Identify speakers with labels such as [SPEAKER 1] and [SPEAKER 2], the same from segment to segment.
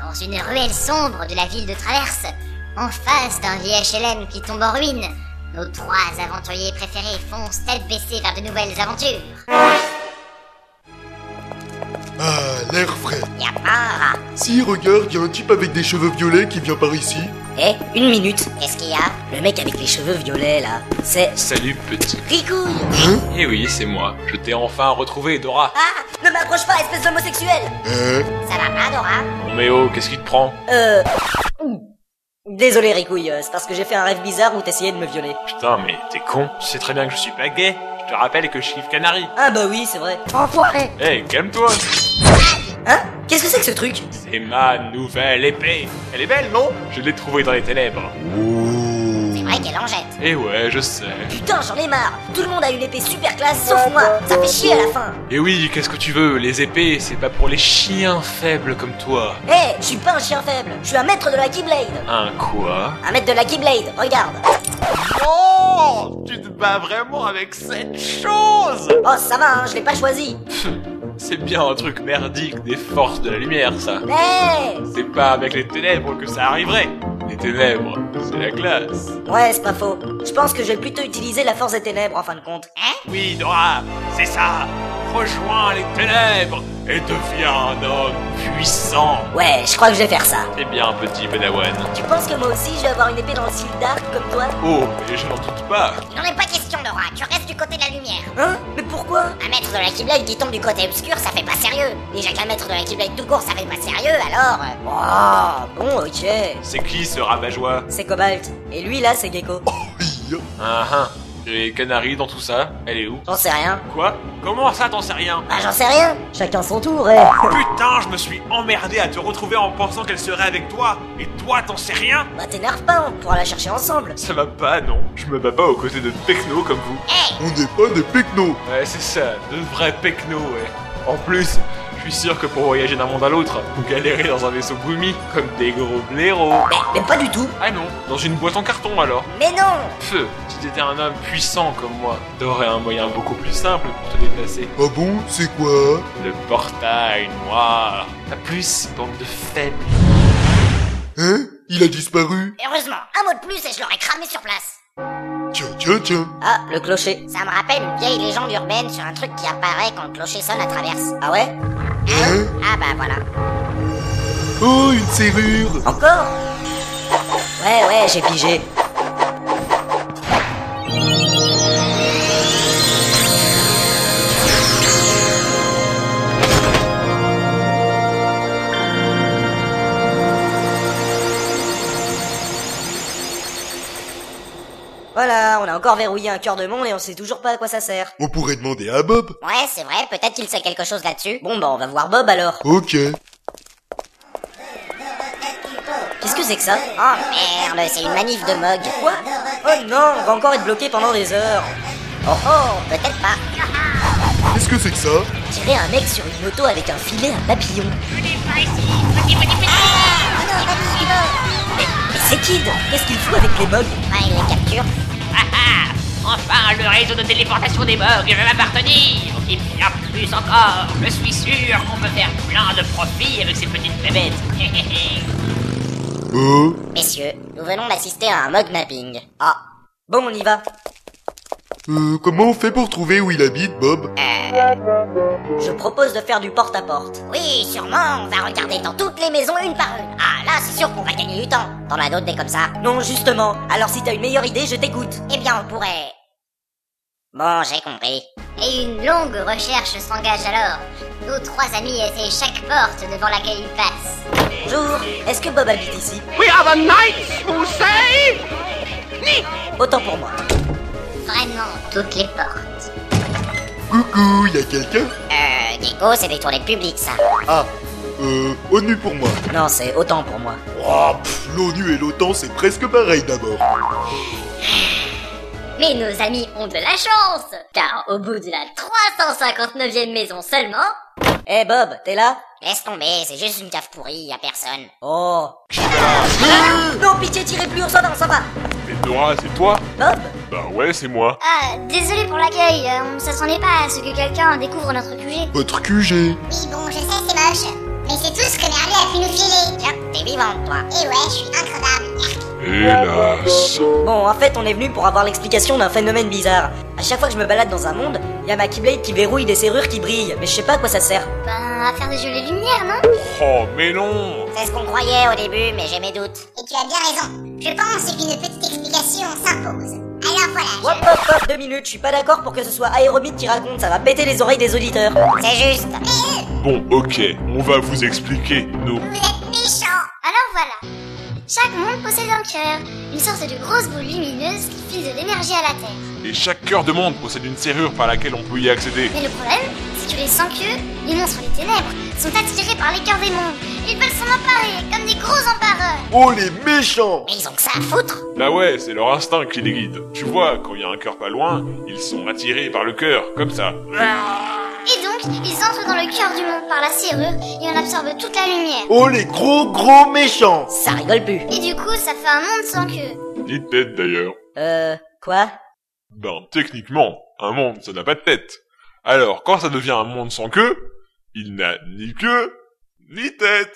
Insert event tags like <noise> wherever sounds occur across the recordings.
[SPEAKER 1] dans une ruelle sombre de la ville de Traverse, en face d'un vieil HLM qui tombe en ruine, nos trois aventuriers préférés foncent tête baissée vers de nouvelles aventures.
[SPEAKER 2] Ah, l'air frais.
[SPEAKER 1] Y'a pas
[SPEAKER 2] Si, regarde, y a un type avec des cheveux violets qui vient par ici.
[SPEAKER 3] Eh, une minute
[SPEAKER 1] Qu'est-ce qu'il y a
[SPEAKER 3] Le mec avec les cheveux violets, là, c'est...
[SPEAKER 4] Salut petit.
[SPEAKER 3] Ricouille
[SPEAKER 4] Eh oui, c'est moi. Je t'ai enfin retrouvé, Dora.
[SPEAKER 3] Ah Ne m'approche pas, espèce d'homosexuel
[SPEAKER 2] Hein
[SPEAKER 1] Ça va pas, Dora
[SPEAKER 4] Bon, mais oh, qu'est-ce qui te prend
[SPEAKER 3] Euh... ouh. Désolé Ricouille, euh, c'est parce que j'ai fait un rêve bizarre où t'essayais de me violer.
[SPEAKER 4] Putain, mais t'es con. Tu sais très bien que je suis pas gay. Je te rappelle que je kiffe Canary.
[SPEAKER 3] Ah bah oui, c'est vrai.
[SPEAKER 4] Eh, calme-toi.
[SPEAKER 3] Hein Qu'est-ce que c'est que ce truc
[SPEAKER 4] C'est ma nouvelle épée. Elle est belle, non Je l'ai trouvée dans les ténèbres.
[SPEAKER 1] C'est vrai qu'elle en jette.
[SPEAKER 4] Eh ouais, je sais.
[SPEAKER 3] Putain, j'en ai marre Tout le monde a une épée super classe, sauf moi Ça fait chier à la fin
[SPEAKER 4] Eh oui, qu'est-ce que tu veux Les épées, c'est pas pour les chiens faibles comme toi.
[SPEAKER 3] Eh, je suis pas un chien faible, je suis un maître de la Keyblade
[SPEAKER 4] Un quoi
[SPEAKER 3] Un maître de la Keyblade, regarde
[SPEAKER 4] Oh Tu te bats vraiment avec cette chose
[SPEAKER 3] Oh, ça va, hein, je l'ai pas choisi
[SPEAKER 4] C'est bien un truc merdique des forces de la lumière, ça.
[SPEAKER 3] Eh
[SPEAKER 4] C'est pas avec les ténèbres que ça arriverait. Les ténèbres, c'est la classe.
[SPEAKER 3] Ouais, c'est pas faux. Je pense que je vais plutôt utiliser la force des ténèbres en fin de compte.
[SPEAKER 4] Oui, Dora, c'est ça. Rejoins les ténèbres et deviens un homme puissant.
[SPEAKER 3] Ouais, je crois que je vais faire ça.
[SPEAKER 4] Eh bien, petit Padawan.
[SPEAKER 3] Tu penses que moi aussi je vais avoir une épée dans le style d'arc comme toi
[SPEAKER 4] Oh, mais je n'en doute pas.
[SPEAKER 1] Il n'en est pas question, Dora. Tu restes du côté de la lumière.
[SPEAKER 3] Hein Mais pourquoi
[SPEAKER 1] Un maître de la Keyblade qui tombe du côté obscur, ça fait pas sérieux. Déjà qu'un maître de la Keyblade tout court, ça fait pas sérieux, alors... euh,
[SPEAKER 3] Ah, bon, ok.
[SPEAKER 4] C'est qui ce rabat-joie
[SPEAKER 3] C'est Cobalt. Et lui là, c'est Gecko.
[SPEAKER 2] Hi.
[SPEAKER 4] Ah ah. Et Canary dans tout ça, elle est où
[SPEAKER 3] J'en sais rien.
[SPEAKER 4] Quoi Comment ça, t'en sais rien
[SPEAKER 3] Bah, j'en sais rien. Chacun son tour, eh.
[SPEAKER 4] Putain, je me suis emmerdé à te retrouver en pensant qu'elle serait avec toi, et toi, t'en sais rien
[SPEAKER 3] Bah, t'énerve pas, on pourra la chercher ensemble.
[SPEAKER 4] Ça va pas, non Je me bats pas aux côtés de techno comme vous.
[SPEAKER 2] On n'est pas des pecnos.
[SPEAKER 4] Ouais, c'est ça, de vrais pecnos, ouais. En plus, je suis sûr que pour voyager d'un monde à l'autre, vous galérez dans un vaisseau Gumi, comme des gros blaireaux.
[SPEAKER 3] Mais, mais pas du tout.
[SPEAKER 4] Ah non, dans une boîte en carton alors.
[SPEAKER 3] Mais non
[SPEAKER 4] Feu, si t'étais un homme puissant comme moi, t'aurais un moyen beaucoup plus simple pour te déplacer.
[SPEAKER 2] Ah bon, c'est quoi
[SPEAKER 4] Le portail noir. A plus, bande de faibles.
[SPEAKER 2] Hein Il a disparu
[SPEAKER 1] Heureusement, un mot de plus et je l'aurais cramé sur place.
[SPEAKER 2] Tiens, tiens, tiens.
[SPEAKER 3] Ah, le clocher.
[SPEAKER 1] Ça me rappelle une vieille légende urbaine sur un truc qui apparaît quand le clocher sonne à traverse.
[SPEAKER 3] Ah ouais
[SPEAKER 2] Hein
[SPEAKER 1] Ah bah voilà.
[SPEAKER 2] Oh, une serrure
[SPEAKER 3] Encore Ouais, ouais, j'ai pigé. Voilà, on a encore verrouillé un cœur de monde et on sait toujours pas à quoi ça sert.
[SPEAKER 2] On pourrait demander à Bob.
[SPEAKER 1] Ouais, c'est vrai, peut-être qu'il sait quelque chose là-dessus.
[SPEAKER 3] Bon bah on va voir Bob alors.
[SPEAKER 2] Ok.
[SPEAKER 3] Qu'est-ce que c'est que ça
[SPEAKER 1] Oh merde, c'est une manif de Mog.
[SPEAKER 3] Quoi Oh non, on va encore être bloqué pendant des heures.
[SPEAKER 1] Oh oh, peut-être pas.
[SPEAKER 2] Qu'est-ce que c'est que ça
[SPEAKER 3] Tirer un mec sur une moto avec un filet à papillon. Mais c'est Kid Qu'est-ce qu'il fout avec les bugs
[SPEAKER 1] Bah il les capture.
[SPEAKER 5] Ah ah <laughs> Enfin, le réseau de téléportation des bugs va m'appartenir Et bien plus encore Je suis sûr qu'on peut faire plein de profits avec ces petites bébêtes <laughs>
[SPEAKER 2] Oh,
[SPEAKER 1] Messieurs, nous venons d'assister à un Mog mapping.
[SPEAKER 3] Ah, bon on y va.
[SPEAKER 2] euh, comment on fait pour trouver où il habite, Bob
[SPEAKER 3] Je propose de faire du porte-à-porte.
[SPEAKER 1] Oui, sûrement, on va regarder dans toutes les maisons une par une. Ah là, c'est sûr qu'on va gagner du temps. T'en as d'autres des comme ça.
[SPEAKER 3] Non, justement, alors si t'as une meilleure idée, je t'écoute.
[SPEAKER 1] Eh bien, on pourrait... Bon, j'ai compris. Et une longue recherche s'engage alors. Nos trois amis essayent chaque porte devant laquelle ils passent.
[SPEAKER 3] Bonjour, est-ce que Bob habite ici
[SPEAKER 6] We are the knights who save! Neat!
[SPEAKER 3] Autant pour moi.
[SPEAKER 1] Vraiment, toutes les portes.
[SPEAKER 2] Coucou, y a quelqu'un
[SPEAKER 1] Euh, Gecko, c'est des tournées publiques, ça.
[SPEAKER 2] Ah, euh, ONU pour moi.
[SPEAKER 3] Non, c'est autant pour moi.
[SPEAKER 2] Oh, pff, l'ONU et l'OTAN, c'est presque pareil d'abord.
[SPEAKER 1] Mais nos amis ont de la chance, car au bout de la 359e maison seulement...
[SPEAKER 3] Eh Bob, t'es là
[SPEAKER 1] Laisse tomber, c'est juste une cave pourrie, y a personne.
[SPEAKER 3] Oh. Non, pitié, tirez plus, on s'en va, on s'en va.
[SPEAKER 4] Et Dora, c'est toi
[SPEAKER 3] Bob
[SPEAKER 4] Bah ouais, c'est moi.
[SPEAKER 1] Ah, désolé pour l'accueil, euh, on s'attendait pas à ce que quelqu'un découvre notre QG.
[SPEAKER 2] Votre QG.
[SPEAKER 1] Oui, bon, je sais, c'est moche.
[SPEAKER 7] Mais c'est tout ce que Merlu a pu nous filer. Tiens, t'es vivante, toi. Et ouais, je suis incroyable.
[SPEAKER 2] Hélas.
[SPEAKER 3] Bon, en fait, on est venu pour avoir l'explication d'un phénomène bizarre. À chaque fois que je me balade dans un monde, y a ma Keyblade qui verrouille des serrures qui brillent, mais je sais pas à quoi ça sert.
[SPEAKER 7] Ben, à faire des jeux de lumière, non
[SPEAKER 4] Oh, mais non
[SPEAKER 7] C'est ce qu'on croyait au début, mais j'ai mes doutes. Et tu as bien raison. Je pense qu'une petite explication s'impose. Alors voilà,
[SPEAKER 3] Hop, hop, hop, deux minutes, je suis pas d'accord pour que ce soit Aerobit qui raconte, ça va péter les oreilles des auditeurs.
[SPEAKER 7] c'est juste.
[SPEAKER 2] Bon, ok, on va vous expliquer nos...
[SPEAKER 7] Vous êtes méchants Alors voilà. Chaque monde possède un cœur, une sorte de grosse boule lumineuse qui file de l'énergie à la Terre.
[SPEAKER 4] Et chaque cœur de monde possède une serrure par laquelle on peut y accéder.
[SPEAKER 7] Mais le problème, c'est que les sans-queues, les monstres des ténèbres, sont attirés par les cœurs des mondes. Ils veulent s'en emparer, comme des gros empareurs.
[SPEAKER 2] Oh, les méchants
[SPEAKER 7] Mais ils ont que ça à foutre
[SPEAKER 4] Bah ouais, c'est leur instinct qui les guide. Tu vois, quand il y a un cœur pas loin, ils sont attirés par le cœur, comme ça.
[SPEAKER 7] Et donc, ils entrent dans le cœur du monde par la serrure et en absorbent toute la lumière.
[SPEAKER 2] Oh, les gros gros méchants
[SPEAKER 3] Ça rigole plus.
[SPEAKER 7] Et du coup, ça fait un monde sans queue.
[SPEAKER 4] Ni de tête d'ailleurs.
[SPEAKER 3] Euh, quoi
[SPEAKER 4] Ben, techniquement, un monde, ça n'a pas de tête. Alors, quand ça devient un monde sans queue, il n'a ni queue, ni tête.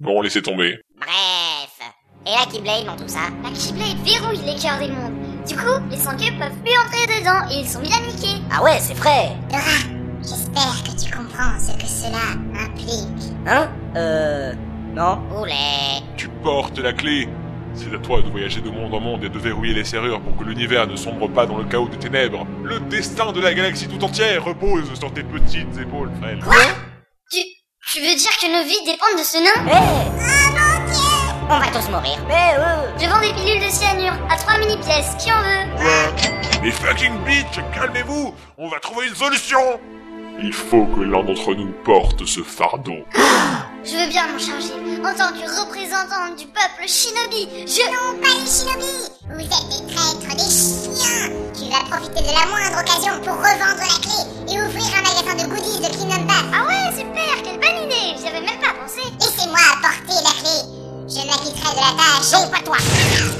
[SPEAKER 4] Bon, laissez tomber.
[SPEAKER 7] Bref. Et la Keyblade dans tout ça La Keyblade verrouille les cœurs des mondes. Du coup, les sans-queues peuvent plus entrer dedans et ils sont bien niqués.
[SPEAKER 3] Ah ouais, c'est vrai
[SPEAKER 7] Dora, j'espère que tu comprends ce que cela implique.
[SPEAKER 3] Hein Euh... Non
[SPEAKER 7] Oulé.
[SPEAKER 4] Tu portes la clé. C'est à toi de voyager de monde en monde et de verrouiller les serrures pour que l'univers ne sombre pas dans le chaos des ténèbres. Le destin de la galaxie tout entière repose sur tes petites épaules, frère.
[SPEAKER 7] Tu, tu veux dire que nos vies dépendent de ce nain
[SPEAKER 3] Eh On va tous mourir. Mais euh...
[SPEAKER 7] Je vends des pilules de cyanure à 3 mini-pièces, qui en veut
[SPEAKER 4] Mais fucking bitch, calmez-vous On va trouver une solution Il faut que l'un d'entre nous porte ce fardeau.
[SPEAKER 7] Je veux bien m'en charger, en tant que représentante du peuple shinobi, je... Non, pas les shinobi Vous êtes des traîtres, des chiens Tu vas profiter de la moindre occasion pour revendre la clé et ouvrir un magasin de goodies de Kingdom Ah ouais, super, quelle bonne idée J'y avais même pas pensé Laissez-moi apporter la clé Je m'acquitterai de la tâche
[SPEAKER 3] Non, pas toi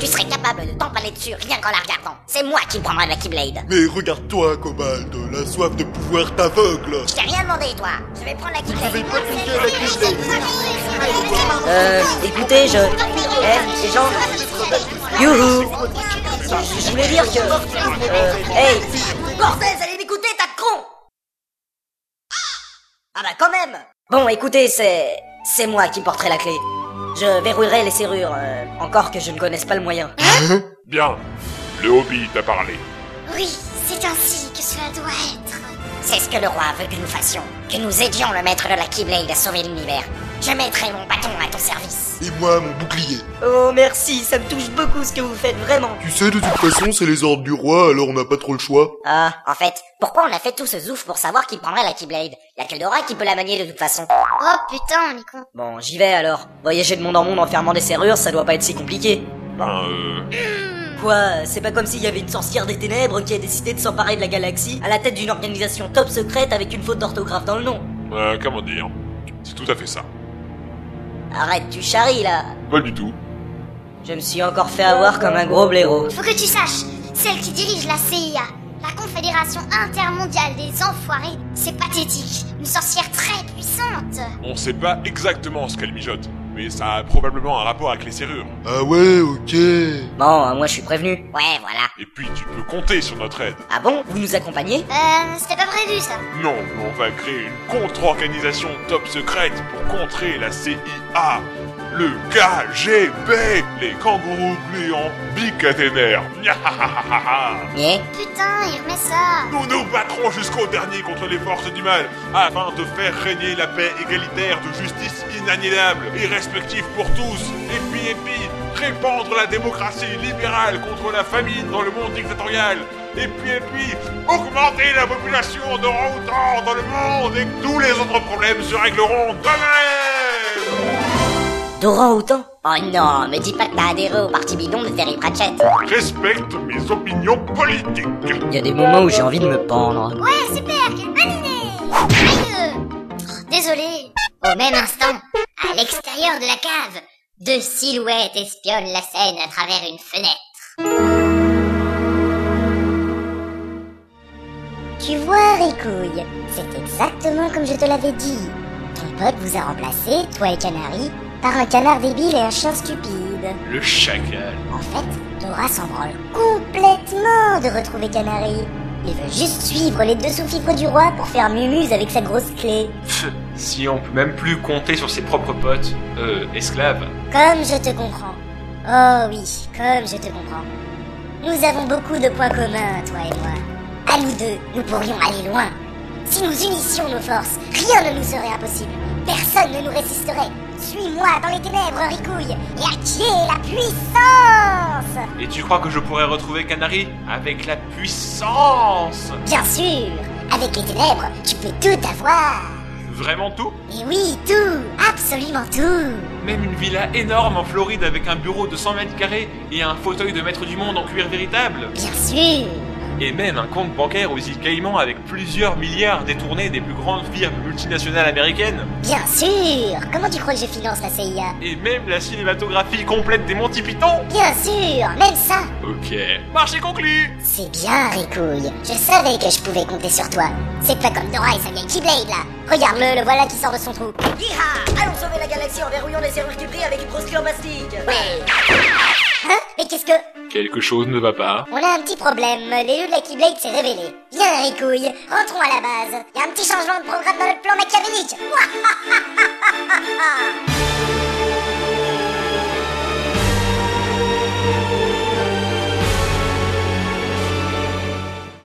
[SPEAKER 3] Tu serais capable de t'empaler dessus rien qu'en la regardant. C'est moi qui prendrai la Keyblade.
[SPEAKER 2] Mais regarde-toi, Cobalt, la soif de pouvoir t'aveugle
[SPEAKER 3] Je t'ai rien demandé, toi Je vais prendre la Keyblade.
[SPEAKER 2] la Keyblade
[SPEAKER 3] Euh, écoutez, je... Eh, les gens... Youhou Je voulais dire que... Euh, hey Bordel, vous allez m'écouter, t'as de con Ah bah quand même Bon, écoutez, c'est... C'est moi qui porterai la clé. Je verrouillerai les serrures, euh, encore que je ne connaisse pas le moyen.
[SPEAKER 4] Bien, le hobby t'a parlé.
[SPEAKER 7] Oui, c'est ainsi que cela doit être
[SPEAKER 3] C'est ce que le roi veut que nous fassions. Que nous aidions le maître de la Keyblade à sauver l'univers. Je mettrai mon bâton à ton service.
[SPEAKER 2] Et moi, mon bouclier.
[SPEAKER 3] Oh merci, ça me touche beaucoup ce que vous faites, vraiment.
[SPEAKER 2] Tu sais, de toute façon, c'est les ordres du roi, alors on n'a pas trop le choix.
[SPEAKER 3] Ah, en fait, pourquoi on a fait tout ce zouf pour savoir qui prendrait la Keyblade Y'a que Dora qui peut la manier de toute façon.
[SPEAKER 7] Oh putain, on est con
[SPEAKER 3] Bon, j'y vais alors. Voyager de monde en monde en fermant des serrures, ça doit pas être si compliqué.
[SPEAKER 4] Ben, euh...
[SPEAKER 3] Quoi C'est pas comme s'il y avait une sorcière des ténèbres qui a décidé de s'emparer de la galaxie à la tête d'une organisation top secrète avec une faute d'orthographe dans le nom.
[SPEAKER 4] euh, comment dire C'est tout à fait ça.
[SPEAKER 3] Arrête, tu charries là.
[SPEAKER 4] Pas du tout.
[SPEAKER 3] Je me suis encore fait avoir comme un gros blaireau.
[SPEAKER 7] Faut que tu saches, celle qui dirige la CIA, la Confédération Intermondiale des Enfoirés, c'est pathétique, une sorcière très puissante
[SPEAKER 4] On sait pas exactement ce qu'elle mijote, mais ça a probablement un rapport avec les serrures.
[SPEAKER 2] Ah ouais, ok.
[SPEAKER 3] Bon, euh, moi je suis prévenu.
[SPEAKER 7] Ouais, voilà.
[SPEAKER 4] Et puis tu peux compter sur notre aide.
[SPEAKER 3] Ah bon Vous nous accompagnez
[SPEAKER 7] Euh, c'était pas prévu ça.
[SPEAKER 4] Non, on va créer une contre-organisation top secrète pour contrer la CIA, le KGB, les kangourous gluants bicaténaires. <laughs> Gnahahahaha.
[SPEAKER 3] Niais
[SPEAKER 7] Putain, il remet ça.
[SPEAKER 4] Nous nous battrons jusqu'au dernier contre les forces du mal, afin de faire régner la paix égalitaire de justice inaliénable et respective pour tous. Et puis, et puis, répandre la démocratie libérale contre la famine dans le monde dictatorial. Et puis, et puis, augmenter la population de autant dans le monde et tous les autres problèmes se régleront de même
[SPEAKER 3] Doran autant
[SPEAKER 5] Oh non, me dis pas que t'as adhéré au parti bidon de Terry Pratchett.
[SPEAKER 4] Respecte mes opinions politiques.
[SPEAKER 3] Il y a des moments où j'ai envie de me pendre.
[SPEAKER 7] Ouais, super, quelle bonne idée. Aïe. Oh, Désolé. Au même instant, à l'extérieur de la cave, deux silhouettes espionnent la scène à travers une fenêtre. Tu vois, Ricouille, c'est exactement comme je te l'avais dit. ton pote vous a remplacé, toi et Canary, par un canard débile et un chien stupide.
[SPEAKER 4] Le chacal.
[SPEAKER 7] En fait, Dora s'en branle complètement de retrouver Canary. Il veut juste suivre les deux sous-fifres du roi pour faire mumuse avec sa grosse clé.
[SPEAKER 4] Pff, si on peut même plus compter sur ses propres potes, euh, esclaves.
[SPEAKER 7] Comme je te comprends. Oh oui, comme je te comprends. Nous avons beaucoup de points communs, toi et moi. À nous deux, nous pourrions aller loin. Si nous unissions nos forces, rien ne nous serait impossible. Personne ne nous résisterait. Suis-moi dans les ténèbres, Ricouille, et acquiers la puissance
[SPEAKER 4] Et tu crois que je pourrais retrouver Canary Avec la puissance
[SPEAKER 7] Bien sûr, avec les ténèbres, tu peux tout avoir.
[SPEAKER 4] Vraiment tout
[SPEAKER 7] Et oui, tout, absolument tout.
[SPEAKER 4] Même une villa énorme en Floride avec un bureau de 100 mètres carrés et un fauteuil de maître du monde en cuir véritable
[SPEAKER 7] Bien sûr.
[SPEAKER 4] Et même un compte bancaire aux îles Caïmans avec plusieurs milliards détournés des plus grandes firmes multinationales américaines
[SPEAKER 7] Bien sûr Comment tu crois que je finance la CIA
[SPEAKER 4] Et même la cinématographie complète des Monty Python
[SPEAKER 7] Bien sûr Même ça
[SPEAKER 4] Ok. Marché conclu
[SPEAKER 7] C'est bien, Ricouille. Je savais que je pouvais compter sur toi. C'est pas comme Dora et sa vieille Keyblade, là. Regarde-le, le voilà qui sort de son trou.
[SPEAKER 3] Yeeha Allons sauver la galaxie en verrouillant les serrures cuprées avec une grosse clé en plastique.
[SPEAKER 7] Hein Mais qu'est-ce que...
[SPEAKER 4] Quelque chose ne va pas.
[SPEAKER 7] On a un petit problème. L'élu de la Keyblade s'est révélé. Viens, Ricouille. Rentrons à la base. Il y a un petit changement de programme dans notre plan machiavélique.